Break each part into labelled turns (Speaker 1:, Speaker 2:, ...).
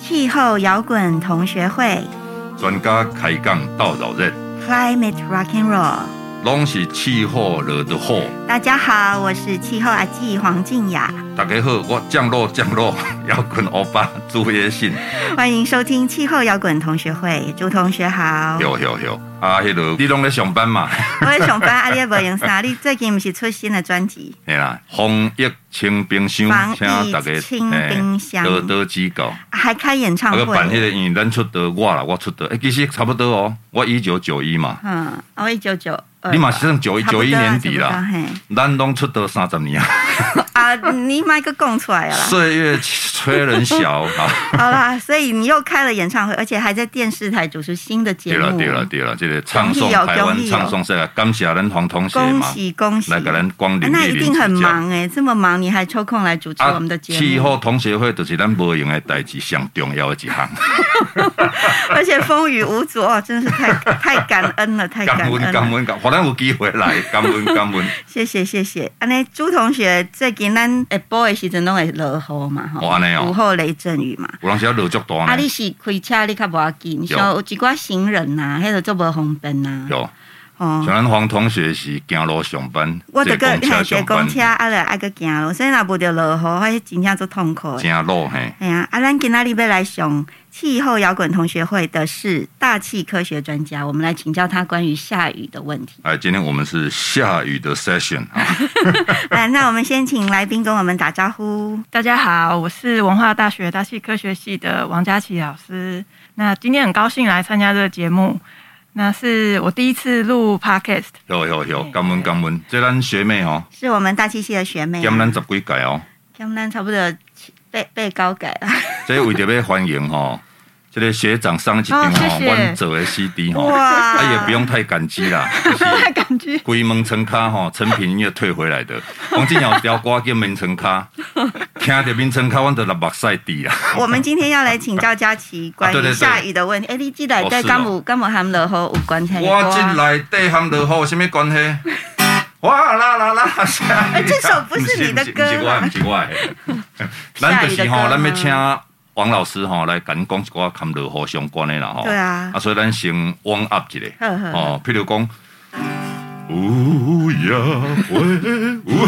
Speaker 1: 气候摇滚同学会
Speaker 2: 专家开讲到绕日，
Speaker 1: （Climate Rock and Roll）。
Speaker 2: 拢是气候惹的祸。
Speaker 1: 大家好，我是气候阿纪黄静雅，
Speaker 2: 大家好，我降落降落， 摇滚欧巴朱叶信，
Speaker 1: 欢迎收听气候摇滚同学会。朱同学好，
Speaker 2: 哟哟哟，啊，迄落你拢咧上班嘛？
Speaker 1: 我在上班，阿你也无用啥？你最近不是出新的专辑？
Speaker 2: 嘿啦，防疫清冰箱，
Speaker 1: 防疫清冰箱
Speaker 2: 多多指教。
Speaker 1: 还开演唱
Speaker 2: 啊，个
Speaker 1: 会？
Speaker 2: 办迄个，因为咱出的我啦，我出的，诶、其实差不多哦，我一九九一嘛，
Speaker 1: 嗯，我一九九二，
Speaker 2: 你嘛是算九一
Speaker 1: 差不多啊
Speaker 2: 九一年底
Speaker 1: 差
Speaker 2: 啦，
Speaker 1: 不多嘿
Speaker 2: 咱拢出道三十年啊，
Speaker 1: 啊，你麦克供出来了啦。
Speaker 2: 岁月催人 小啊。
Speaker 1: 好啦，所以你又开了演唱会，而且还在电视台主持新的节
Speaker 2: 对了
Speaker 1: 目。
Speaker 2: 对了对了，这个唱诵
Speaker 1: 恭喜哦
Speaker 2: 台湾
Speaker 1: 恭喜哦
Speaker 2: 唱诵世界，感谢咱黄同学
Speaker 1: 恭
Speaker 2: 嘛，
Speaker 1: 喜恭喜！
Speaker 2: 来给咱光临
Speaker 1: 啊那一定很
Speaker 2: 莅临指教
Speaker 1: 忙哎、这么忙你还抽空来主持我们的节
Speaker 2: 啊气
Speaker 1: 目，
Speaker 2: 候同学会就是咱无用的代志上重要的一项，
Speaker 1: 而且风雨无阻哦，真是 太太感恩了，太感
Speaker 2: 感
Speaker 1: 恩
Speaker 2: 恩感
Speaker 1: 了。
Speaker 2: 恩感，互咱有机会 来，感恩感恩。
Speaker 1: 谢谢谢谢，安尼朱同学最近咱下播的时阵拢会落雨嘛，吼
Speaker 2: 哦安尼哦
Speaker 1: 午后雷阵雨嘛。
Speaker 2: 有当时要落足
Speaker 1: 啊，
Speaker 2: 大
Speaker 1: 你
Speaker 2: 呢，
Speaker 1: 是开车你较无要紧，
Speaker 2: 对
Speaker 1: 像有一寡行人呐、啊，迄个做无方便呐、
Speaker 2: 哟，
Speaker 1: 啊。
Speaker 2: 像咱黄同学是行路上班，
Speaker 1: 我得
Speaker 2: 坐
Speaker 1: 个
Speaker 2: 公车
Speaker 1: 坐
Speaker 2: 上
Speaker 1: 公
Speaker 2: 班，
Speaker 1: 车，啊，著爱个行路，所以若无着落雨，我迄真正足痛苦的。
Speaker 2: 行路嘿，
Speaker 1: 哎呀，啊，咱今仔日要来上气候摇滚同学会的是大气科学专家，我们来请教他关于下雨的问
Speaker 2: 。
Speaker 1: 题
Speaker 2: 哎，今天我们是下雨的 session 啊，
Speaker 1: 来，哎那我们先请来宾跟我们打招呼。
Speaker 3: 大家好，我是文化大学大气科学系的王佳琪老师。那今天很高兴来参加这个节目，那是我第一次 录 podcast，
Speaker 2: 哟哟哟，感恩感恩，这咱学妹哦，
Speaker 1: 是我们大气系的学妹、
Speaker 2: 减咱
Speaker 1: 啊，
Speaker 2: 十几届哦。
Speaker 1: 江南差不多七被被高改了。
Speaker 2: 这为着要欢迎吼，这个学长上一张
Speaker 3: 哦谢
Speaker 2: 吼，
Speaker 3: 谢
Speaker 2: 阮做的 CD 吼，啊
Speaker 1: 哇
Speaker 2: 哦哎他也不用太感激啦，就是
Speaker 3: 感觉
Speaker 2: 龟门城卡吼，陈品音乐退回来的，黄金鸟雕歌叫门城卡，听着门城卡，阮就流目屎滴啊啦。
Speaker 1: 我们今天要来请教佳琪关
Speaker 2: 啊对对
Speaker 1: 于
Speaker 2: 对
Speaker 1: 下雨的问题。哎、你记得
Speaker 2: 哦
Speaker 1: 在
Speaker 2: 是哦
Speaker 1: 干姆干姆含落雨有关系
Speaker 2: 我进来底和落雨有什么关系？哇啦啦啦！哎
Speaker 1: 这首不是你的歌
Speaker 2: 不是我，
Speaker 1: 啦
Speaker 2: 不是我的。咱就是吼，
Speaker 1: 下雨的歌吗
Speaker 2: 咱要请王老师吼来甲咱讲一寡含落雨相关的啦吼。
Speaker 1: 对啊
Speaker 2: 啊，所以咱先 warm up 一下。
Speaker 1: 呵呵
Speaker 2: 哦，譬如讲。乌鸦飞，乌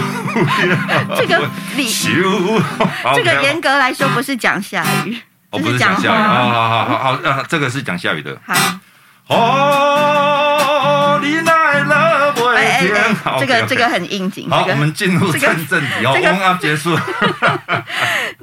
Speaker 2: 鸦
Speaker 1: 这个你
Speaker 2: 咻，好
Speaker 1: 这个
Speaker 2: ，OK，
Speaker 1: 严格来说不是讲下雨，
Speaker 2: 哦
Speaker 1: 这
Speaker 2: 不是
Speaker 1: 讲
Speaker 2: 讲下雨，好好好好好，啊这个是讲下雨的。
Speaker 1: 好，
Speaker 2: 哦，你来了，我
Speaker 1: 哎哎
Speaker 2: 天。
Speaker 1: 哎，这个这个很应景。
Speaker 2: 好，
Speaker 1: 这
Speaker 2: 我
Speaker 1: 个
Speaker 2: 们进入正正题哦
Speaker 1: 这个
Speaker 2: ，warm up 结束。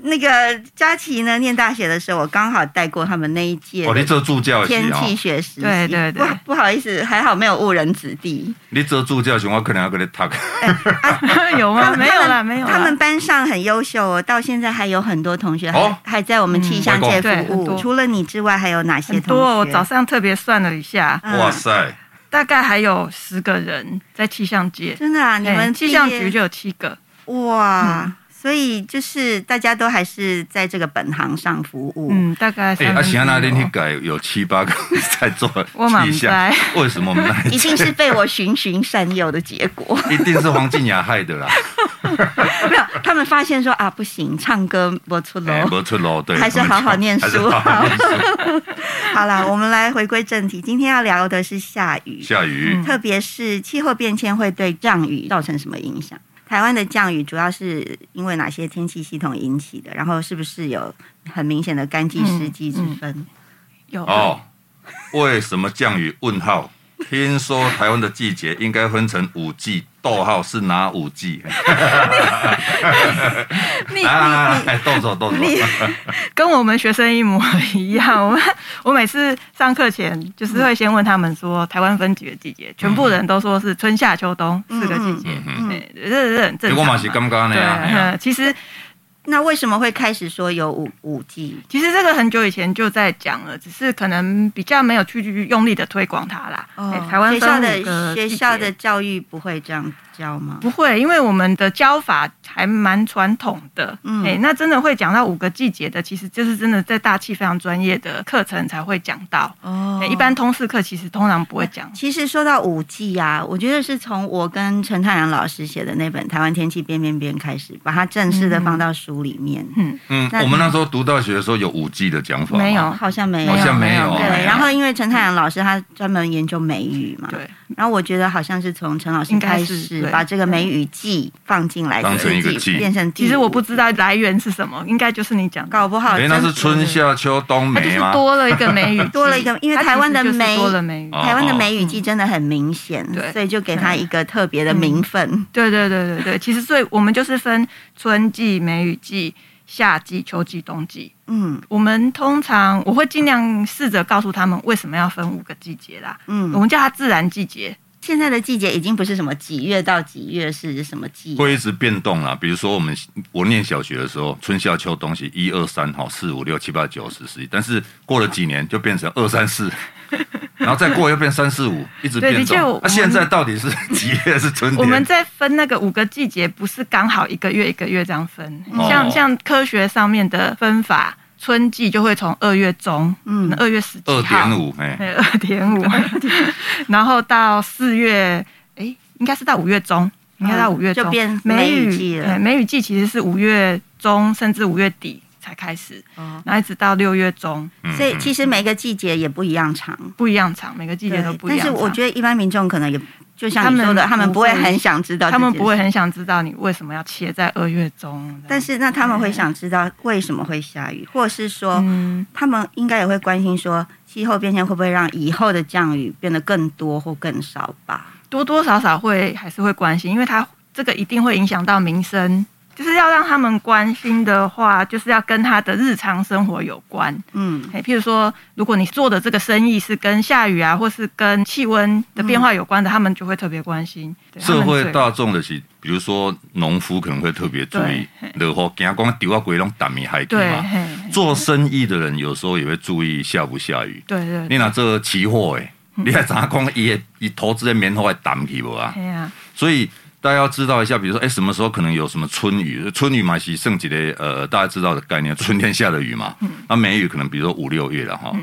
Speaker 1: 那个佳琪呢，念大学的时候，我刚好带过他们那一届
Speaker 2: 哦，你做助教是
Speaker 1: 天气
Speaker 2: 哦，
Speaker 1: 学实习。
Speaker 3: 对对对
Speaker 1: 不不好意思，还好没有误人子弟。
Speaker 2: 你做助教时，我可能要跟你读。
Speaker 1: 啊
Speaker 3: 有吗？啊没有啦，
Speaker 1: 他们
Speaker 3: 没有啦。
Speaker 1: 他们班上很优秀哦，到现在还有很多同学还、
Speaker 2: 哦
Speaker 1: 还在我们气象界服
Speaker 3: 对很
Speaker 1: 务。
Speaker 3: 多
Speaker 1: 除了你之外，还有哪些
Speaker 3: 很
Speaker 1: 同
Speaker 3: 多
Speaker 1: 学？
Speaker 3: 哦，我早上特别算了一下，
Speaker 1: 嗯
Speaker 2: 哇塞，
Speaker 3: 大概还有十个人在气象界，
Speaker 1: 真的啊，你们
Speaker 3: 哎气象局
Speaker 1: 毕哦
Speaker 3: 就有嗯七个。
Speaker 1: 业哇。所以就是大家都还是在这个本行上服务，
Speaker 3: 嗯，大概
Speaker 2: 哎，
Speaker 3: 三
Speaker 2: 阿
Speaker 3: 分之一
Speaker 2: 贤
Speaker 3: 哦。
Speaker 2: 那天
Speaker 1: 嗯
Speaker 2: 去改有七八个在 做
Speaker 3: 我嘛
Speaker 2: 气
Speaker 3: 不知
Speaker 2: 象，为什么我们来
Speaker 1: 一定是被我循循善诱的结果。
Speaker 2: 一定是黄静雅害 的啦，
Speaker 1: 没有，他们发现说啊，不行，唱歌不出
Speaker 2: 哎，
Speaker 1: 楼。
Speaker 2: 不出路， 对，
Speaker 1: 哦还是好好念书
Speaker 2: 还是好好念书。
Speaker 1: 好啦，我们来回归正题，今天要聊的是下雨，
Speaker 2: 下雨，
Speaker 1: 特别是气候变迁会对降雨造成什么影响？台湾的降雨主要是因为哪些天气系统引起的？然后是不是有很明显的干季、湿季之分？
Speaker 3: 有
Speaker 1: 嗯
Speaker 2: 哦，为什么降雨？问号。听说台湾的季节应该分成五季，逗号是哪五季？
Speaker 1: 你
Speaker 2: 啊，哎动手动手，
Speaker 3: 跟我们学生一模一样。我们我每次上课前就是会先问他们说台湾分几个季节，全部人都说是春夏秋冬四个季节
Speaker 2: 嗯嗯，
Speaker 3: 对，这这很正
Speaker 2: 结
Speaker 3: 常
Speaker 2: 果
Speaker 3: 嘛。
Speaker 2: 嘛是感觉呢
Speaker 3: 对，
Speaker 2: 啊，
Speaker 3: 嗯其实
Speaker 1: 那为什么会开始说有五五季？
Speaker 3: 其实这个很久以前就在讲了，只是可能比较没有去用力的推广它啦。哎台湾
Speaker 1: 哦学校
Speaker 3: 分五
Speaker 1: 的
Speaker 3: 个
Speaker 1: 学
Speaker 3: 季节
Speaker 1: 校的教育不会这样教吗？
Speaker 3: 不会，因为我们的教法还蛮传统的，
Speaker 1: 嗯
Speaker 3: 嗯，哎、那真的会讲到五个季节的，其实就是真的在大气非常专业的课程才会讲到，
Speaker 1: 哦啊
Speaker 3: 哎一般通识课其实通常不会讲。
Speaker 1: 其实说到五 G 啊，我觉得是从我跟陈太阳老师写的那本《台湾天气变变变》开始，把它正式的放到书里面。
Speaker 3: 嗯，
Speaker 2: 嗯，
Speaker 1: 那
Speaker 2: 我们那时候读大学的时候有五 G 的讲法吗
Speaker 3: 没有
Speaker 1: 好像没有，
Speaker 2: 好像没有
Speaker 1: 对
Speaker 2: 哦没，有
Speaker 1: 然后因为陈太阳老师他专门研究美语嘛，
Speaker 3: 对，
Speaker 1: 然后我觉得好像是从陈老师
Speaker 3: 应该
Speaker 1: 开
Speaker 3: 是
Speaker 1: 始
Speaker 3: 对
Speaker 1: 把这个美语季放进来，
Speaker 2: 当成一个
Speaker 1: 自己
Speaker 2: 季
Speaker 1: 变成第
Speaker 3: 其实我
Speaker 1: 五
Speaker 3: 不知道来源是什么，应该就是你讲的，
Speaker 1: 搞不好
Speaker 2: 哎，
Speaker 1: 真
Speaker 2: 那
Speaker 1: 的
Speaker 2: 是春夏秋冬
Speaker 3: 它就
Speaker 2: 梅
Speaker 3: 是
Speaker 2: 吗？
Speaker 3: 多了一个美语季，
Speaker 1: 多了一个因为
Speaker 3: 它其
Speaker 1: 台湾的
Speaker 3: 实就是
Speaker 1: 美
Speaker 3: 多了美语，
Speaker 2: 哦
Speaker 1: 台湾的梅雨季真的很明显，
Speaker 3: 哦对
Speaker 1: 所以就给他一个特别的名分。
Speaker 3: 对对对对对，其实所以我们就是分春季、梅雨季、夏季、秋季、冬季。
Speaker 1: 嗯
Speaker 3: 我们通常我会尽量试着告诉他们为什么要分五个季节啦，我
Speaker 1: 嗯，
Speaker 3: 们叫它自然季节。
Speaker 1: 现在的季节已经不是什么几月到几月是什么季，
Speaker 2: 会一直变动啦。比如说我们我念小学的时候，春夏秋冬是一二三哈四五六七八九十十一，但是过了几年就变成二三四，然后再过又变三四 五，一直
Speaker 3: 对
Speaker 2: 变
Speaker 3: 的确我
Speaker 2: 动。那、
Speaker 3: 们
Speaker 2: 现在到底是 几月是春天？
Speaker 3: 我们在分那个五个季节，不是刚好一个月一个月这样分，
Speaker 2: 哦
Speaker 3: 像像科学上面的分法，春季就会从二月中，
Speaker 1: 嗯
Speaker 3: 嗯，二月十
Speaker 2: 二
Speaker 3: 几号，
Speaker 2: 点五哎，
Speaker 3: 对，二点 五，然后到四月，哎，应该是到五月中，应该到五月中、
Speaker 1: 嗯就变梅
Speaker 3: 梅
Speaker 1: 雨
Speaker 3: 雨
Speaker 1: 季了
Speaker 3: 对梅雨季其实是五月中甚至五月底才开始，
Speaker 1: 哦
Speaker 3: 然后一直到六月中，
Speaker 2: 嗯
Speaker 1: 所以其
Speaker 2: 嗯
Speaker 1: 实每个季节也不一样长，
Speaker 3: 不一样长，每个季节都不一样
Speaker 1: 但
Speaker 3: 长。
Speaker 1: 是我觉得一般民众可能也就像
Speaker 3: 他
Speaker 1: 你
Speaker 3: 们
Speaker 1: 说的，他们不会
Speaker 3: 不会
Speaker 1: 很想知道，
Speaker 3: 他们不会。很想知道你为什么要切在二月中，
Speaker 1: 但是那他们会想知道为什么会下雨，或是说
Speaker 3: 嗯，
Speaker 1: 他们应该也会关心说气候变迁会不会让以后的降雨变得更多或更少吧？
Speaker 3: 多多少少会还是会关心，因为他这个一定会影响到民生。就是要让他们关心的话，就是要跟他的日常生活有关。
Speaker 1: 嗯
Speaker 3: 哎，譬如说，如果你做的这个生意是跟下雨啊，或是跟气温的变化有关的，他们就会特别关心。对
Speaker 2: 社会，
Speaker 3: 他们
Speaker 2: 大众的是，比如说农夫可能会特别注意，然后惊光丢啊鬼拢打米海去
Speaker 3: 最对
Speaker 2: 嘛。
Speaker 3: 嘿嘿
Speaker 2: 做生意的人有时候也会注意下不下雨。
Speaker 3: 对对
Speaker 2: 你
Speaker 3: 对，
Speaker 2: 若做期货诶，
Speaker 3: 嗯
Speaker 2: 你还怎讲伊的伊投资的棉花会淡去无啊？
Speaker 3: 哎呀，
Speaker 2: 所以大家要知道一下，比如说，哎、什么时候可能有什么春雨？春雨嘛是剩几的，呃，大家知道的概念，春天下的雨嘛。
Speaker 3: 嗯
Speaker 2: 那梅雨可能比如说五六月了哈。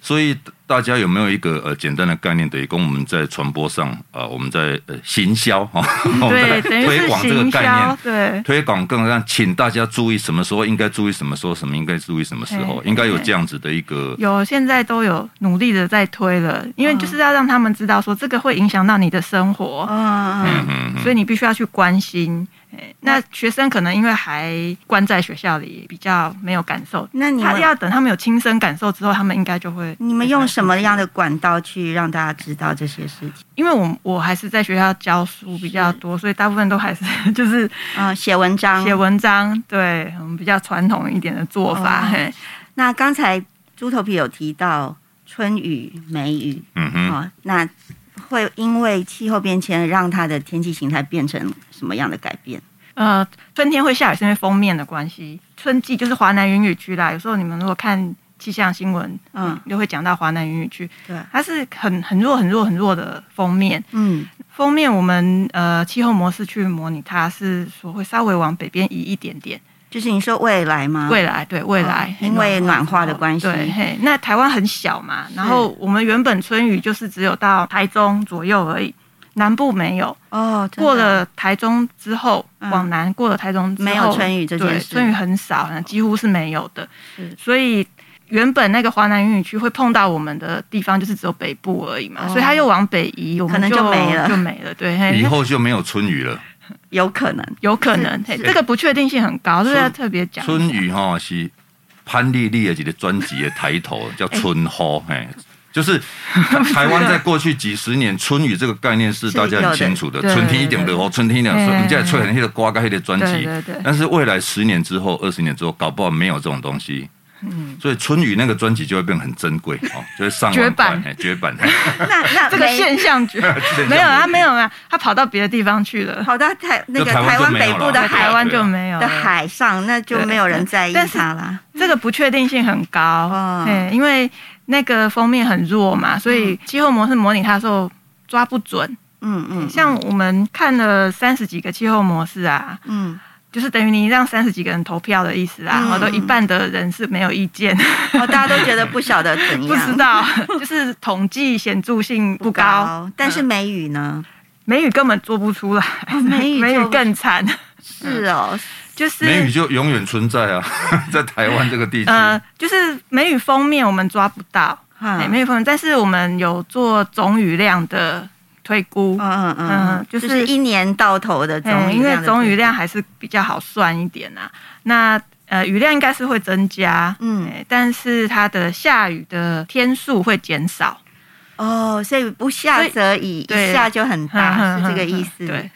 Speaker 2: 所以大家有没有一个呃简单的概念，等于跟我们在传播上啊、呃我们在呃行销哈， 我们在
Speaker 3: 对，等于
Speaker 2: 推
Speaker 3: 是
Speaker 2: 广这个
Speaker 3: 行
Speaker 2: 概
Speaker 3: 销
Speaker 2: 念，。
Speaker 3: 对，
Speaker 2: 推广更让请大家注意什么时候应该注意什么时候，什么应该注意什么时候，
Speaker 3: 嘿
Speaker 2: 应该有
Speaker 3: 嘿
Speaker 2: 这样子的一个
Speaker 3: 有现在都有努力的在推了，因为就是要让他们知道说这个会影响到你的生活。
Speaker 1: 嗯嗯，
Speaker 2: 嗯嗯
Speaker 3: 所以你必须要去关心。哎那学生可能因为还关在学校里，比较没有感受。
Speaker 1: 那你
Speaker 3: 嗯他
Speaker 1: 们
Speaker 3: 要等他们有亲身感受之后，他们应该就会。
Speaker 1: 你们用什么样的
Speaker 3: 嗯
Speaker 1: 管道去让大家知道这些事情？
Speaker 3: 因为我我还是在学校教书比较多，所以大部分都还是就是
Speaker 1: 嗯、写文章
Speaker 3: 写。文章，对，我们比较传统一点的做法。
Speaker 1: 哦
Speaker 3: 嘿
Speaker 1: 那刚才猪头皮有提到春雨、梅雨
Speaker 2: 嗯
Speaker 1: 啊、
Speaker 2: 哼。
Speaker 1: 哦那会因为气候变迁让它的天气形态变成什么样的改变？
Speaker 3: 呃，春天会下雨是因为封面的关系，春季就是华南云雨区啦。有时候你们如果看气象新闻，
Speaker 1: 嗯
Speaker 3: 嗯，就会讲到华南云雨区，
Speaker 1: 对
Speaker 3: 它是很很弱、很弱、很弱的封面。
Speaker 1: 嗯
Speaker 3: 封面我们呃气候模式去模拟它，是说会稍微往北边移一点点。
Speaker 1: 就是你说未来吗？
Speaker 3: 未来对未来，
Speaker 1: 啊哦因为暖化的关系
Speaker 3: 对，嘿，那台湾很小嘛，然后我们原本春雨就是只有到台中左右而已，南部没有。
Speaker 1: 哦，真的
Speaker 3: 过了台中之后，
Speaker 1: 嗯
Speaker 3: 往南过了台中之后
Speaker 1: 没有春雨这件
Speaker 3: 对
Speaker 1: 事
Speaker 3: 春雨很少，几乎是没有的
Speaker 1: 是。
Speaker 3: 所以原本那个华南云雨区会碰到我们的地方，就是只有北部而已嘛，
Speaker 1: 哦
Speaker 3: 所以它又往北移，我们
Speaker 1: 可能就没了
Speaker 3: 就没了。对，嘿
Speaker 2: 以后就没有春雨了。
Speaker 1: 有可能
Speaker 3: 有可能，嘿
Speaker 1: 是
Speaker 3: 这个不确定性很高，这个要特别讲。
Speaker 2: 春雨哈、是潘丽丽的一个专辑的抬头，叫
Speaker 3: 哎
Speaker 2: 《春吼》嘿， 就是台湾在过去几十年，春雨这个概念是大家很清楚的，
Speaker 3: 是有的
Speaker 2: 春天一点的哦，春天一点
Speaker 3: 对
Speaker 2: 的，
Speaker 3: 对
Speaker 2: 我
Speaker 3: 对
Speaker 2: 们家吹很黑的刮个黑的专
Speaker 3: 对
Speaker 2: 辑。
Speaker 3: 对对，
Speaker 2: 但是未来十年之后、二十年之后，搞不好没有这种东西，
Speaker 3: 嗯，
Speaker 2: 所以春雨那个专辑就会变得很珍贵哦，就会上万块
Speaker 3: 绝版
Speaker 2: 嘿绝版。
Speaker 1: 那 那
Speaker 3: 这个
Speaker 1: 梅
Speaker 3: 现象局
Speaker 1: 嗯
Speaker 3: 没有，他没有啊，他跑到别的地方去了，
Speaker 1: 跑到台那个
Speaker 2: 就
Speaker 1: 台
Speaker 2: 台湾
Speaker 1: 湾
Speaker 2: 就没
Speaker 1: 北
Speaker 2: 有
Speaker 1: 部
Speaker 2: 了
Speaker 1: 的
Speaker 3: 在台
Speaker 1: 海
Speaker 3: 湾就没有
Speaker 1: 的
Speaker 3: 了。
Speaker 1: 海上，那就没有人在意
Speaker 3: 对但是
Speaker 1: 它啦。
Speaker 3: 这个不确定性很高，
Speaker 1: 哦
Speaker 3: 嗯，因为那个封面很弱嘛，所以气候模式模拟它的时候抓不准，
Speaker 1: 嗯嗯，
Speaker 3: 像我们看了三十几个气候模式啊，
Speaker 1: 嗯，
Speaker 3: 就是等于你让三十几个人投票的意思啊，
Speaker 1: 嗯
Speaker 3: 然后都一半的人是没有意见，
Speaker 1: 哦，大家都觉得不晓得怎
Speaker 3: 不
Speaker 1: 样，
Speaker 3: 知道， 就是统计显著性不高，嗯
Speaker 1: 但是梅雨呢？
Speaker 3: 美语根本做不出来，
Speaker 1: 梅雨
Speaker 3: 美
Speaker 1: 就
Speaker 3: 语更惨， 嗯
Speaker 1: 是哦，
Speaker 3: 就是
Speaker 2: 美语就永远存在啊，在台湾这个地区。
Speaker 3: 呃，就是美语封面我们抓不到，
Speaker 1: 哈
Speaker 3: 哎美语封面，但是我们有做总语量的推估，
Speaker 1: 嗯嗯嗯嗯
Speaker 3: 嗯，
Speaker 1: 就
Speaker 3: 就是是
Speaker 1: 一年到头的总
Speaker 3: 嗯，
Speaker 1: 雨量的，
Speaker 3: 因为总雨量还是比较好算一点啊。那呃，雨量应该是会增加，
Speaker 1: 嗯
Speaker 3: 哎但是它的下雨的天数会减少，
Speaker 1: 哦，所以不下则已，
Speaker 3: 对
Speaker 1: 一下就很大，啊
Speaker 3: 嗯
Speaker 1: 是这个意思。
Speaker 3: 对，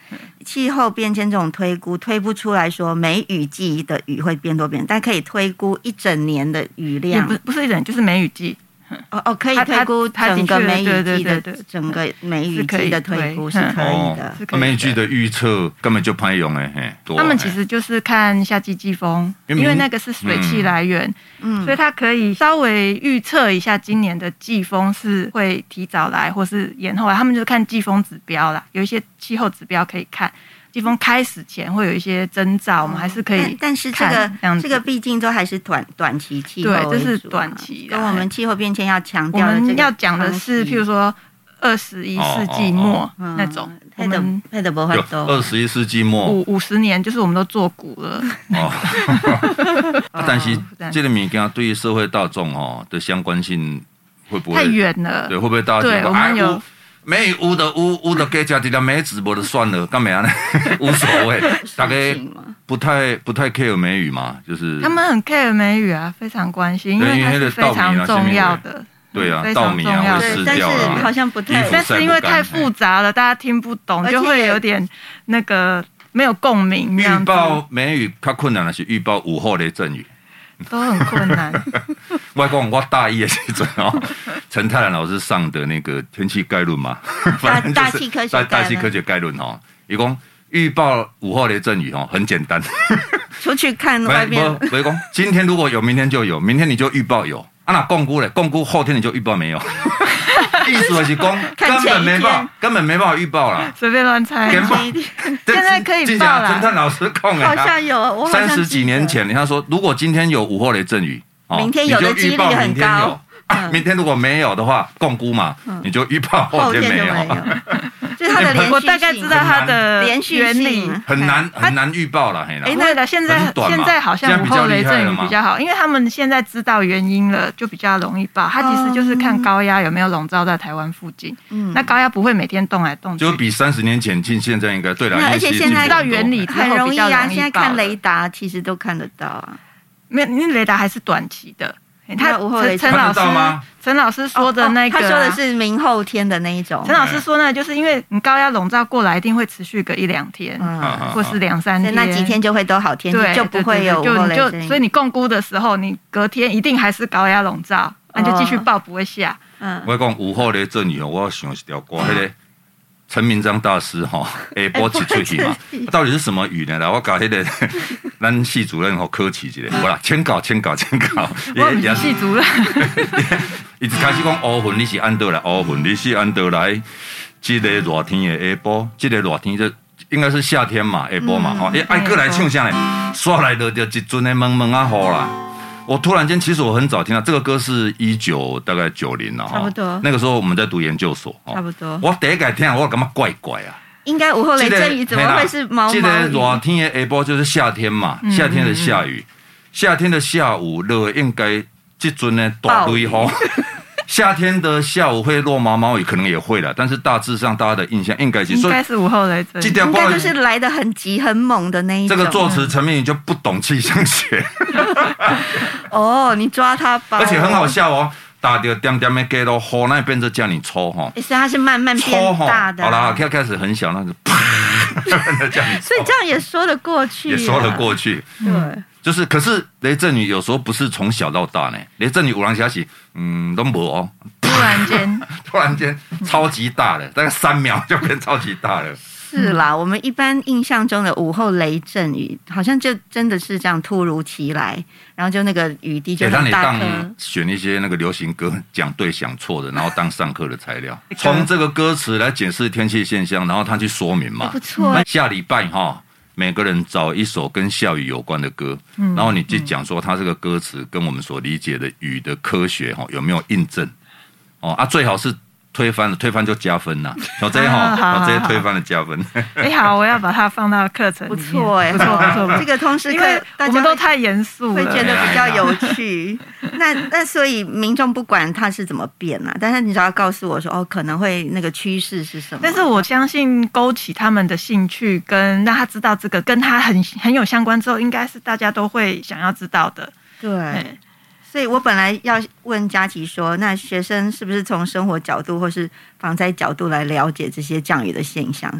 Speaker 1: 气候变迁这种推估推不出来说每雨季的雨会变多变，但可以推估一整年的雨
Speaker 3: 也
Speaker 1: 量
Speaker 3: 不。不是一人，就是梅雨季
Speaker 1: 哦哦，可以
Speaker 3: 它
Speaker 1: 推估
Speaker 3: 它它的
Speaker 1: 整个
Speaker 3: 确
Speaker 1: 梅雨
Speaker 3: 对对
Speaker 1: 季的
Speaker 3: 对对
Speaker 1: 整个梅雨
Speaker 3: 是可
Speaker 1: 季
Speaker 3: 以
Speaker 1: 的推估是
Speaker 3: 推
Speaker 1: 可以的。
Speaker 3: 是可以的
Speaker 2: 美剧的预测根本就拍用哎，嘿多
Speaker 3: 他们其
Speaker 2: 嘿
Speaker 3: 实就是看夏季季风，
Speaker 2: 因
Speaker 3: 因
Speaker 2: 为
Speaker 3: 为
Speaker 2: 明
Speaker 3: 那个是水汽来源，
Speaker 1: 嗯
Speaker 3: 所以它可以稍微预测一下今年的季风是会提早来或是延后来。他们就是看季风指标啦，有一些气候指标可以看。季风开始前会有一些征兆，我们还是可以
Speaker 1: 但。但是这
Speaker 3: 看
Speaker 1: 个
Speaker 3: 这样子
Speaker 1: 这个毕竟都还是短短期气候为主啊、
Speaker 3: 对这是短期的
Speaker 1: 跟我们气候变迁要强
Speaker 3: 我
Speaker 1: 调的这个
Speaker 3: 们要讲的
Speaker 1: 长
Speaker 3: 是，譬
Speaker 1: 期
Speaker 3: 如说二十一世纪末
Speaker 1: 哦
Speaker 3: 那种，我
Speaker 1: 配的
Speaker 3: 们
Speaker 1: 配的不会
Speaker 2: 有呃
Speaker 1: 多
Speaker 2: 二。十一世纪末
Speaker 3: 五五十年就是我们都做古了，
Speaker 2: 哦，啊但是
Speaker 3: 但
Speaker 2: 这个物件对于社会大众哦的相关性会不
Speaker 3: 太
Speaker 2: 会
Speaker 3: 远了
Speaker 2: 对，。会不会大家觉
Speaker 3: 对
Speaker 2: 得
Speaker 3: 我们
Speaker 2: 哎
Speaker 3: 有
Speaker 2: 有没有的有有的给加点没直播的算了，干嘛呢？无所谓，大概不太不太 care 美语嘛，就是
Speaker 3: 他们很 care 美语啊，非常关心，因
Speaker 2: 对
Speaker 3: 为
Speaker 2: 因
Speaker 3: 它
Speaker 2: 为那
Speaker 3: 是
Speaker 2: 个
Speaker 3: 非
Speaker 2: 稻米
Speaker 3: 常
Speaker 2: 啊
Speaker 3: 重要的。嗯
Speaker 2: 对啊
Speaker 3: 非，
Speaker 2: 稻
Speaker 3: 常
Speaker 2: 米
Speaker 3: 重
Speaker 2: 啊
Speaker 3: 要
Speaker 2: 会
Speaker 3: 的
Speaker 2: 湿
Speaker 1: 但是
Speaker 2: 掉了
Speaker 1: 好
Speaker 2: 啊，
Speaker 1: 像不
Speaker 2: 衣
Speaker 1: 太
Speaker 2: 服
Speaker 3: 但是因为太复杂了，大家听不懂，
Speaker 1: 而且
Speaker 3: 就会有点那个没有共鸣，这样
Speaker 2: 预
Speaker 3: 子
Speaker 2: 报美语较困难的是预报午后的阵雨。
Speaker 3: 都很困 难。
Speaker 2: 外公，我大一的时阵 哦，陈泰然老师上的那个天气概论嘛， 反正就是
Speaker 1: 大气科学概
Speaker 2: 大
Speaker 1: 论
Speaker 2: 大气科学概论哦，一共预报午后雷阵雨哦，很简单。
Speaker 1: 出去看外面
Speaker 2: 不，围公，今天如果有，明天就有，明天你就预报有。啊，那共估嘞，共估后天你就预报没 有。意思就是公
Speaker 1: 看
Speaker 2: 根
Speaker 1: 前
Speaker 2: 本
Speaker 1: 一
Speaker 2: 没
Speaker 1: 天
Speaker 2: 办法，根本没办法预报啦。
Speaker 3: 随便乱猜，
Speaker 2: 根本
Speaker 1: 一点，
Speaker 3: 现在可以
Speaker 2: 真
Speaker 3: 报啦
Speaker 2: 陈泰老师控哎，
Speaker 1: 好像有，我好像
Speaker 2: 三十
Speaker 1: 记
Speaker 2: 几
Speaker 1: 得
Speaker 2: 年。前，他说如果今天有午后雷阵雨，哦
Speaker 1: 明天有的
Speaker 2: 你就预报
Speaker 1: 几率很
Speaker 2: 明天有
Speaker 1: 高
Speaker 2: 啊
Speaker 1: 嗯
Speaker 2: 明天如果没有的话，共估嘛，你就预报后
Speaker 1: 后
Speaker 2: 天
Speaker 1: 天就
Speaker 2: 没
Speaker 1: 没
Speaker 2: 有，哎
Speaker 1: 有，就是它的连续
Speaker 3: 我大概知
Speaker 1: 性
Speaker 3: 道它的
Speaker 1: 连续
Speaker 3: 原理
Speaker 1: 性。
Speaker 2: 很难很难预报了。嘿啦
Speaker 3: 哎，那个现在
Speaker 2: 很短嘛
Speaker 3: 现在好
Speaker 2: 现
Speaker 3: 像
Speaker 2: 在
Speaker 3: 午
Speaker 2: 比较
Speaker 3: 后雷
Speaker 2: 厉害
Speaker 3: 阵
Speaker 2: 了
Speaker 3: 雨
Speaker 2: 嘛
Speaker 3: 比较好，因为他们现在知道原因了，就比较容易报。它其实就是看高压有没有笼罩在台湾附近。
Speaker 1: 哦嗯
Speaker 3: 那高压不会每天动来动去
Speaker 2: 就，比三十年前近现在应该对了，
Speaker 1: 那
Speaker 2: 因为
Speaker 1: 而且
Speaker 2: 其实
Speaker 1: 现在
Speaker 2: 进步很
Speaker 3: 知道
Speaker 2: 多
Speaker 3: 原理
Speaker 1: 很容易
Speaker 3: 之后比较
Speaker 1: 啊！
Speaker 3: 容易
Speaker 1: 现在看
Speaker 3: 爆
Speaker 1: 雷达其实都看得到啊。
Speaker 3: 没有，因为雷达还是短期的。哎
Speaker 1: 那
Speaker 3: 他
Speaker 1: 午后雷
Speaker 3: 陈陈
Speaker 2: 阵
Speaker 3: 老
Speaker 2: 看得到吗
Speaker 3: 师陈老师说的那个
Speaker 1: 哦
Speaker 3: 啊，
Speaker 1: 他说的是明后天的那一种
Speaker 3: 陈。老师说呢，就是因为你高压笼罩过来，一定会持续个一两天，
Speaker 2: 啊
Speaker 1: 嗯，
Speaker 2: 啊
Speaker 3: 或是两三
Speaker 1: 所以
Speaker 3: 天，
Speaker 1: 那几天就会都好天气，
Speaker 3: 对，
Speaker 1: 就不会有午
Speaker 3: 对
Speaker 1: 后雷
Speaker 3: 对对就
Speaker 1: 阵
Speaker 3: 就
Speaker 1: 雨。
Speaker 3: 所以你共估的时候，你隔天一定还是高压笼罩，那就继续报不会下。
Speaker 1: 嗯，
Speaker 2: 我讲午后雷阵雨，哦，我想是条歌，迄个陈明章大师吼，下波一出去嘛，啊到底是什么雨呢？来，我搞迄个 咱系主任吼科起一下，无啦，签稿签稿签稿，
Speaker 3: 我们是系主任，
Speaker 2: 一直开始讲乌云，你是安倒来，乌云你是安倒来。即、个热天的下晡，即、个热天这应该是夏天嘛，下晡
Speaker 1: 嗯
Speaker 2: 嘛，吼、哎，爱过来唱啥呢？刷来就就一阵的蒙蒙啊雨啦。我突然间，其实我很早听到这个歌，是一九大概九零了哈，
Speaker 1: 差不多
Speaker 2: 那个时候我们在读研究所，哦
Speaker 1: 差不多
Speaker 2: 我第一个听，我感觉怪怪啊。
Speaker 1: 应该午后雷阵雨怎么会是毛毛
Speaker 2: 记得热
Speaker 1: 雨？
Speaker 2: 天的下晡就是夏天嘛，夏天的下雨，夏天的下午落应该这阵呢大雷雨。 夏天的下午会落毛毛雨，可能也会了，但是大致上大家的印象应该是
Speaker 3: 应
Speaker 2: 所以
Speaker 3: 该是午后雷阵
Speaker 2: 这
Speaker 3: 雨。
Speaker 2: 条
Speaker 1: 应
Speaker 2: 歌
Speaker 1: 该就是啊来的很急很猛的那一
Speaker 2: 这
Speaker 1: 种。
Speaker 2: 个作词陈明宇就不懂气象学，
Speaker 1: 哦，你抓他吧，
Speaker 2: 而且很好笑哦，打掉点点的给到雨，那变成叫你抽哈，
Speaker 1: 诶。所以它是慢慢
Speaker 2: 抽
Speaker 1: 变大
Speaker 2: 哈，
Speaker 1: 的。啊
Speaker 2: 好啦，开开始很小那个，啪，叫你
Speaker 1: 所以这样也说得过去，啊
Speaker 2: 也说得。过去。
Speaker 1: 对，
Speaker 2: 就是，可是雷阵雨有时候不是从小到大呢。雷阵雨五郎小喜，嗯，都没有哦，
Speaker 3: 突然间，
Speaker 2: 突然间超级大了，大概三秒就变超级大了。
Speaker 1: 是啦，我们一般印象中的午后雷阵雨，好像就真的是这样突如其来，然后就那个雨滴就
Speaker 2: 也让
Speaker 1: 很
Speaker 2: 你
Speaker 1: 大嗯
Speaker 2: 当
Speaker 1: 颗。
Speaker 2: 选一些那个流行歌，讲对讲错的，然后当上课的材料，
Speaker 3: 对
Speaker 2: 从这个歌词来解释天气现象，然后他去说明嘛
Speaker 1: 哎不。错
Speaker 2: 那，下礼拜哈，每个人找一首跟下雨有关的歌，
Speaker 3: 嗯
Speaker 2: 然后你去讲说它这个歌词跟我们所理解的雨的科学哈有没有印证？哦啊，最好是推翻了，推翻就加分 啦。小 J 哈，
Speaker 3: 啊好
Speaker 2: 小
Speaker 3: 好
Speaker 2: J
Speaker 3: 好
Speaker 2: 推翻了加分。
Speaker 3: 哎、好，我要把它放到课程里
Speaker 1: 不
Speaker 3: 面。
Speaker 1: 错哎，
Speaker 3: 不错不错，不
Speaker 1: 这
Speaker 3: 错
Speaker 1: 个通识
Speaker 3: 因
Speaker 1: 课
Speaker 3: 为
Speaker 1: 大
Speaker 3: 我
Speaker 1: 家
Speaker 3: 们都
Speaker 1: 会
Speaker 3: 太严肃
Speaker 1: 会
Speaker 3: 了，
Speaker 1: 觉得比
Speaker 2: 哎
Speaker 1: 较有趣。那那所以民众不管他是怎么变啊，但是你只要告诉我说哦，可能会那个趋势是什么？
Speaker 3: 但是我相信勾起他们的兴趣，跟让他知道这个跟他很很有相关之后，应该是大家都会想要知道的。
Speaker 1: 对，
Speaker 3: 哎
Speaker 1: 所以我本来要问佳琪说，那学生是不是从生活角度或是防灾角度来了解这些降雨的现象？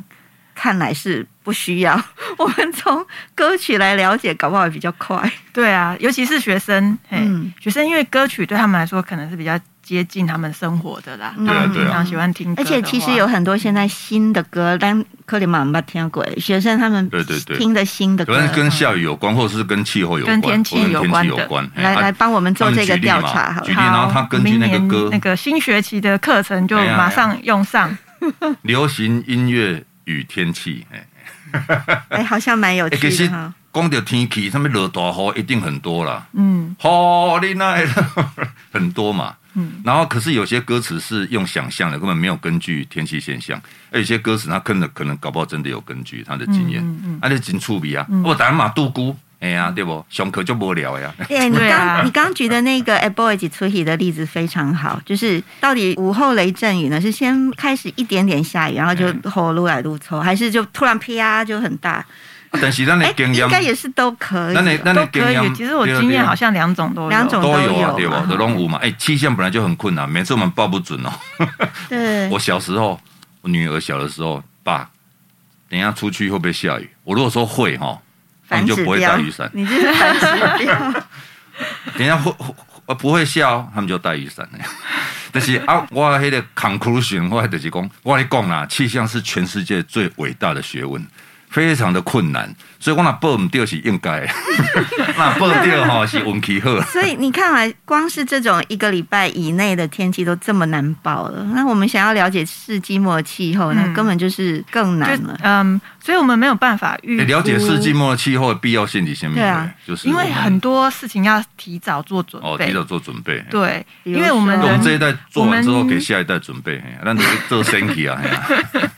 Speaker 1: 看来是不需要，我们从歌曲来了解，搞不好也比较快。
Speaker 3: 对啊，尤其是学生，嘿
Speaker 1: 嗯
Speaker 3: 学生因为歌曲对他们来说可能是比较接近他们生活的啦，
Speaker 1: 嗯
Speaker 3: 他们
Speaker 2: 对啊
Speaker 3: 平常喜欢听歌
Speaker 1: 而
Speaker 3: 的话
Speaker 1: 且其实有很多现在新的歌，但克里马没听过，学生他们
Speaker 2: 对对对
Speaker 1: 听的新的歌，
Speaker 2: 跟跟下雨有关，或者是跟气候有关，啊
Speaker 3: 跟天气
Speaker 2: 或者跟
Speaker 3: 有
Speaker 2: 天
Speaker 3: 关
Speaker 2: 气
Speaker 3: 的
Speaker 2: 有关。嘿
Speaker 1: 来
Speaker 2: 啊
Speaker 1: 来帮我们做这个
Speaker 2: 他们举例嘛
Speaker 1: 调查好了
Speaker 2: 举例，然后他根据那个
Speaker 3: 明
Speaker 2: 歌
Speaker 3: 年那个新学期的课程就
Speaker 2: 哎呀
Speaker 3: 马上用上。
Speaker 2: 流行音乐与天气，哎、
Speaker 1: 哎、好像蛮有
Speaker 2: 欸其
Speaker 1: 趣
Speaker 2: 实
Speaker 1: 的哈。
Speaker 2: 讲到天气，上面落大雨一定很多啦，
Speaker 3: 嗯
Speaker 2: 雨你那 很多嘛。
Speaker 3: 嗯，
Speaker 2: 然后可是有些歌词是用想象的，根本没有根据天气现象。而有些歌词它可能可能搞不好真的有根据他的经验
Speaker 3: 嗯嗯嗯，
Speaker 2: 啊，你真趣味啊！我打马杜姑，哎呀，对不？上课就无聊呀。
Speaker 1: 哎、你
Speaker 3: 对
Speaker 1: 刚、
Speaker 3: 啊
Speaker 1: 你刚举的那个 a b o y 出题的例子非常好，就是到底午后雷阵雨呢，是先开始一点点下雨，然后就
Speaker 3: 嗯
Speaker 1: 吼撸来撸抽，还是就突然啪就很大？
Speaker 2: 啊但是咱
Speaker 1: 哎、
Speaker 2: 的经验
Speaker 1: 应，该也是都可以
Speaker 2: 咱的
Speaker 1: 哦。
Speaker 2: 咱
Speaker 3: 都
Speaker 2: 的
Speaker 3: 可
Speaker 2: 经
Speaker 3: 以。
Speaker 2: 验，
Speaker 3: 其实我
Speaker 2: 对啊
Speaker 3: 经
Speaker 2: 对啊
Speaker 3: 验好像两种都有，嗯
Speaker 1: 两种
Speaker 2: 都有啊，
Speaker 1: 都有
Speaker 2: 对吧
Speaker 1: 嘛？
Speaker 2: 都拢有嘛。哎、气象本来就很困难，每次我们报不准哦。
Speaker 1: 对，
Speaker 2: 我小时候，我女儿小的时候，爸，等一下出去会不会下雨？我如果说会哦哈，他
Speaker 1: 反
Speaker 2: 们就
Speaker 1: 指
Speaker 2: 不会
Speaker 1: 标
Speaker 2: 带雨伞，
Speaker 1: 你这是反指 标。
Speaker 2: 等一下会会呃不会下哦，他们就带雨伞了。 但是啊，我迄个 conclusion，我就是讲，我跟你讲啦，气象是全世界最伟大的学问，非常的困难，所以我那报唔掉是应该的， 那报掉吼是运气好。
Speaker 1: 所以你看来，光是这种一个礼拜以内的天气都这么难报了，那我们想要了解世纪末气候，那
Speaker 3: 嗯
Speaker 1: 根本就是更
Speaker 3: 就
Speaker 1: 难了。
Speaker 3: 嗯，所以我们没有办法
Speaker 2: 你
Speaker 3: 预估
Speaker 2: 哎了解世纪末的气候的必要性，你先明
Speaker 1: 对
Speaker 2: 白，
Speaker 1: 啊
Speaker 2: 就是
Speaker 3: 因为
Speaker 2: 我们
Speaker 3: 很多事情要提早做准
Speaker 2: 哦，
Speaker 3: 备。
Speaker 2: 提早做准备。
Speaker 3: 对，
Speaker 1: 比如
Speaker 3: 因为我们
Speaker 1: 说
Speaker 2: 我们
Speaker 3: 人
Speaker 2: 这一代做完之
Speaker 3: 我
Speaker 2: 后，
Speaker 3: 们
Speaker 2: 给下一代准备，嘿让你做身体啊，嘿啊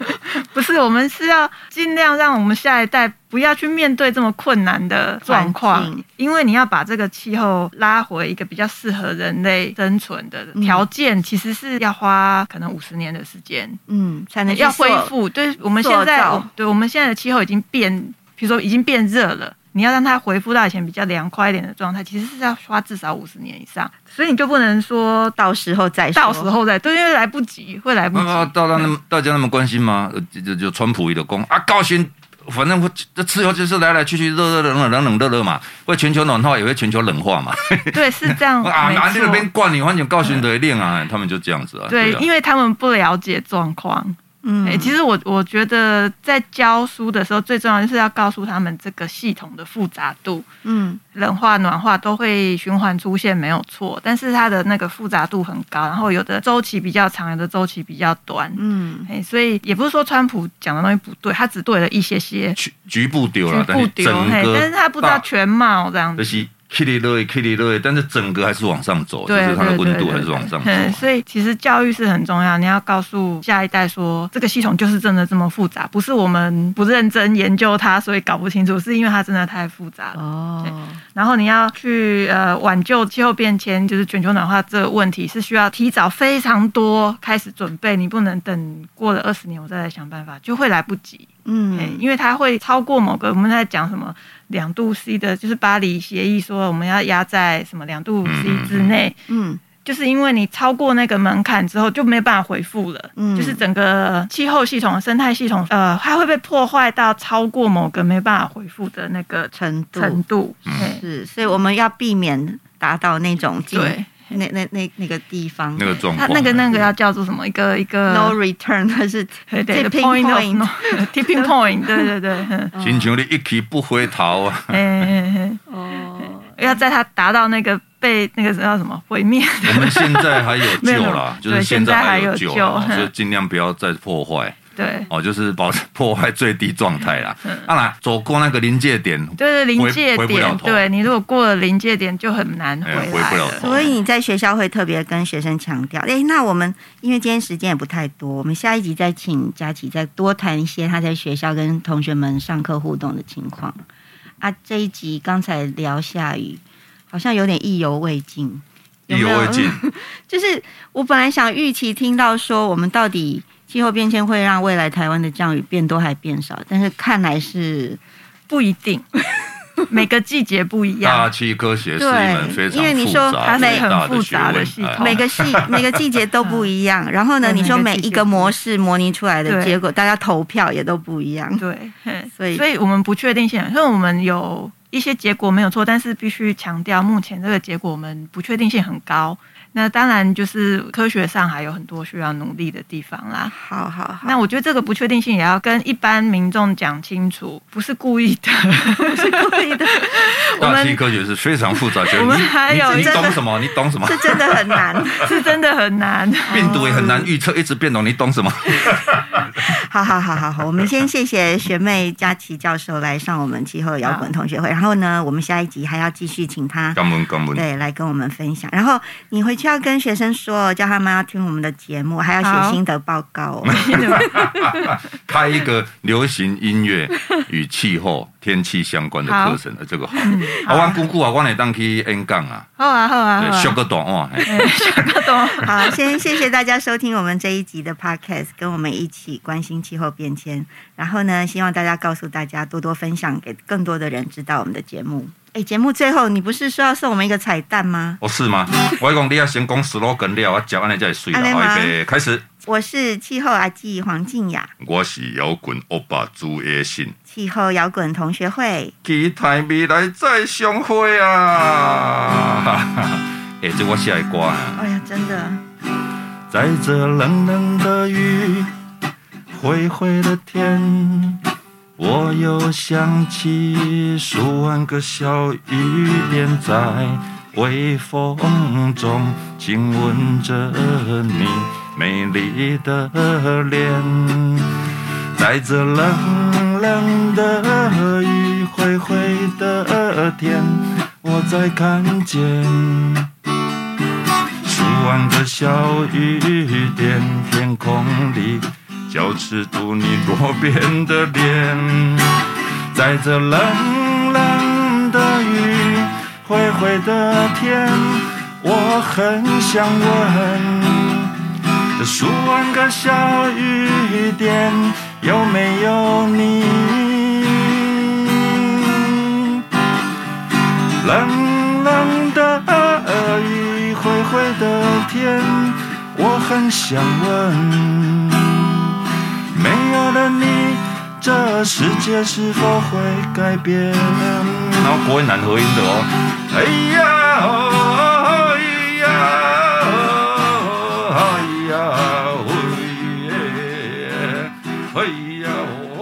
Speaker 3: 不是我们是要尽量让我们下一代不要去面对这么困难的状
Speaker 1: 环境
Speaker 3: 况，因为你要把这个气候拉回一个比较适合人类生存的条件，其实是要花可能五十年的时间
Speaker 1: 嗯，才能去
Speaker 3: 要恢
Speaker 1: 做
Speaker 3: 复。对我们现在
Speaker 1: 塑造
Speaker 3: 我，对我们现在的气候已经变，比如说已经变热了。你要让它恢复到以前比较凉快一点的状态，其实是要花至少五十年以上，所以你就不能说
Speaker 1: 到时候再说。
Speaker 3: 到时候再，对，因为来不及，会来不
Speaker 2: 那
Speaker 3: 及。
Speaker 1: 哦
Speaker 2: 么大家啊那么大家那么关心吗？呃就就就川普一的攻啊，高兴，反正会这气候就是来来去去，热热冷冷冷冷热热嘛，会全球暖化也会全球冷化嘛。
Speaker 3: 对，是这 样，
Speaker 2: 啊，
Speaker 3: 没
Speaker 2: 南
Speaker 3: 错
Speaker 2: 那边灌你，反正高兴的练啊，他们就这样子啊。
Speaker 3: 对，
Speaker 2: 啊
Speaker 3: 因为他们不了解状况。
Speaker 1: 嗯，
Speaker 3: 哎，其实我我觉得在教书的时候，最重要就是要告诉他们这个系统的复杂度，
Speaker 1: 嗯，
Speaker 3: 冷化、暖化都会循环出现，没有错。但是它的那个复杂度很高，然后有的周期比较长，有的周期比较短。
Speaker 1: 嗯，
Speaker 3: 哎，所以也不是说川普讲的东西不对，他只对了一些些
Speaker 2: 局局部丢
Speaker 3: 局
Speaker 2: 了，啊但
Speaker 3: 部
Speaker 2: 是
Speaker 3: 丢，
Speaker 2: 整
Speaker 3: 嘿，但是
Speaker 2: 个
Speaker 3: 他不知道全貌这样子
Speaker 2: 就。是 kitty 热 kitty 热，但是整个还是往上走，就是它的温度还是往上走
Speaker 3: 嗯，
Speaker 2: 嘛。
Speaker 3: 所以其实教育是很重要，你要告诉下一代说，这个系统就是真的这么复杂，不是我们不认真研究它，所以搞不清楚，是因为它真的太复杂了。
Speaker 1: 哦，
Speaker 3: 然后你要去呃挽救气候变迁，就是全球暖化这个问题，是需要提早非常多开始准备，你不能等过了二十年我再来想办法，就会来不及。哎
Speaker 1: 嗯，
Speaker 3: 因为它会超过某个我们在讲什么两度 C 的，就是巴黎协议说我们要压在什么两度 C 之内，
Speaker 1: 嗯，
Speaker 3: 就是因为你超过那个门槛之后就没办法回复了，
Speaker 1: 嗯
Speaker 3: 就是整个气候系统、生态系统，呃，它会被破坏到超过某个没办法回复的那个
Speaker 1: 程度
Speaker 2: 嗯
Speaker 3: 程度，对
Speaker 1: 嗯是，所以我们要避免达到那种境
Speaker 3: 对
Speaker 1: 那那那那个地方
Speaker 2: 那个状
Speaker 3: 它
Speaker 2: 况。
Speaker 3: 那个那个要叫做什么？一个一个
Speaker 1: no return，它是
Speaker 3: 对对
Speaker 1: tipping
Speaker 3: point of
Speaker 1: point
Speaker 3: no- tipping point，对对对， 嗯
Speaker 2: 请求你一去不回头啊！
Speaker 3: 哎，嘿
Speaker 1: 哦，
Speaker 3: 嘿要在它达到那个被那个叫什么毁灭的，
Speaker 2: 我们现在还有
Speaker 3: 没有
Speaker 2: 救啦，就是
Speaker 3: 对
Speaker 2: 现
Speaker 3: 现在
Speaker 2: 在
Speaker 3: 还
Speaker 2: 还
Speaker 3: 有
Speaker 2: 有救
Speaker 3: 救
Speaker 2: 啦，
Speaker 3: 嗯
Speaker 2: 所以尽量不要再破坏
Speaker 3: 对
Speaker 2: 哦，就是保持破坏最低状态啦。当然，走过那个临界点，
Speaker 3: 对对，临界
Speaker 2: 回不了
Speaker 3: 点，
Speaker 2: 头
Speaker 3: 对你如果过了临界点就很难回
Speaker 2: 哎
Speaker 3: 来
Speaker 2: 回不了头
Speaker 1: 所以你在学校会特别跟学生强调，哎，那我们因为今天时间也不太多，我们下一集再请佳琪再多谈一些他在学校跟同学们上课互动的情况。啊，这一集刚才聊下雨，好像有点意犹未尽，有
Speaker 2: 意
Speaker 1: 没有
Speaker 2: 犹未尽。
Speaker 1: 就是我本来想预期听到说，我们到底气候变迁会让未来台湾的降雨变多还变少，但是看来是
Speaker 3: 不一 定，每个季节不一
Speaker 2: 大
Speaker 3: 样。
Speaker 2: 气科学是一门非
Speaker 1: 对因为
Speaker 2: 常
Speaker 1: 你
Speaker 2: 复
Speaker 1: 说
Speaker 2: 杂、
Speaker 1: 它
Speaker 2: 伟
Speaker 1: 是
Speaker 2: 大
Speaker 3: 很
Speaker 2: 的
Speaker 3: 复
Speaker 2: 学
Speaker 3: 杂的
Speaker 2: 问
Speaker 3: 系统
Speaker 2: 哎
Speaker 3: 好
Speaker 1: 每个系每个季节都不一样。然后呢，
Speaker 3: 对
Speaker 1: 你说每
Speaker 3: 每个季节
Speaker 1: 一个模式模拟出来的
Speaker 3: 对
Speaker 1: 结果，大家投票也都不一 样。
Speaker 3: 对，嘿
Speaker 1: 所以
Speaker 3: 所以我们不确定性很，所以我们有一些结果没有错，但是必须强调，目前这个结果我们不确定性很高。那当然就是科学上还有很多需要努力的地方啦。
Speaker 1: 好好 好，
Speaker 3: 那我觉得这个不确定性也要跟一般民众讲清楚，不是故意 的，不是故意的。我
Speaker 2: 大气
Speaker 3: 们
Speaker 2: 科学是非常复杂的学
Speaker 3: 我们
Speaker 2: 问。你
Speaker 3: 还有
Speaker 2: 你你
Speaker 3: 真的
Speaker 2: 懂什么？你 懂什么？
Speaker 1: 这真的很难。
Speaker 3: 是真的很难。
Speaker 2: 病毒也很难预测，一直变懂，你懂什么？
Speaker 1: 好好好好好，我们先谢谢学妹佳琪教授来上我们气候摇滚同学会。然后呢，我们下一集还要继续请她
Speaker 2: 感 恩感恩，
Speaker 1: 对，来跟我们分享。然后你回去要跟学生说，叫他们要听我们的节目，还要写
Speaker 3: 好
Speaker 1: 心得报告哦。
Speaker 2: 开一个流行音乐与气候、天气相关的
Speaker 3: 好
Speaker 2: 课程，呃这个好。啊，我姑姑啊，我来当去演讲啊，
Speaker 3: 好啊，好啊，好
Speaker 2: 对，
Speaker 3: 啊
Speaker 2: 学，个短话。嘿
Speaker 3: 不 懂。
Speaker 1: 好，先谢谢大家收听我们这一集的 podcast，跟我们一起关心气候变迁。然后呢，希望大家告诉大家多多分享给更多的人知道我们的节目。哎，节目最后你不是说要送我们一个彩蛋吗？
Speaker 2: 哦，是吗？我讲你要先讲 slogan 了，我讲安尼才会水啦。
Speaker 1: 安尼
Speaker 2: 好，
Speaker 1: 吗
Speaker 2: 预备开始。
Speaker 1: 我是气候阿纪黄静雅，
Speaker 2: 我是摇滚欧巴朱叶信，
Speaker 1: 气候摇滚同学会。
Speaker 2: 期待未来再相会啊！ 哎、这我写的歌啊。
Speaker 1: 哎呀，真的，
Speaker 2: 在这冷冷的雨，灰灰的天，我又想起数万个小雨点在微风中亲吻着你美丽的脸。在这冷冷的雨，灰灰的天，我再看见。数万个小雨点，天空里交织出你多变的脸，在这冷冷的雨，灰灰的天，我很想问，这数万个小雨点有没有你？冷冷的雨，灰灰的天，我很想问，没有了你，这世界是否会改变？然后国语男合音的哦，哎呀，哦哎呀，哦哎呀，哦哎呀，哎呀。哦哎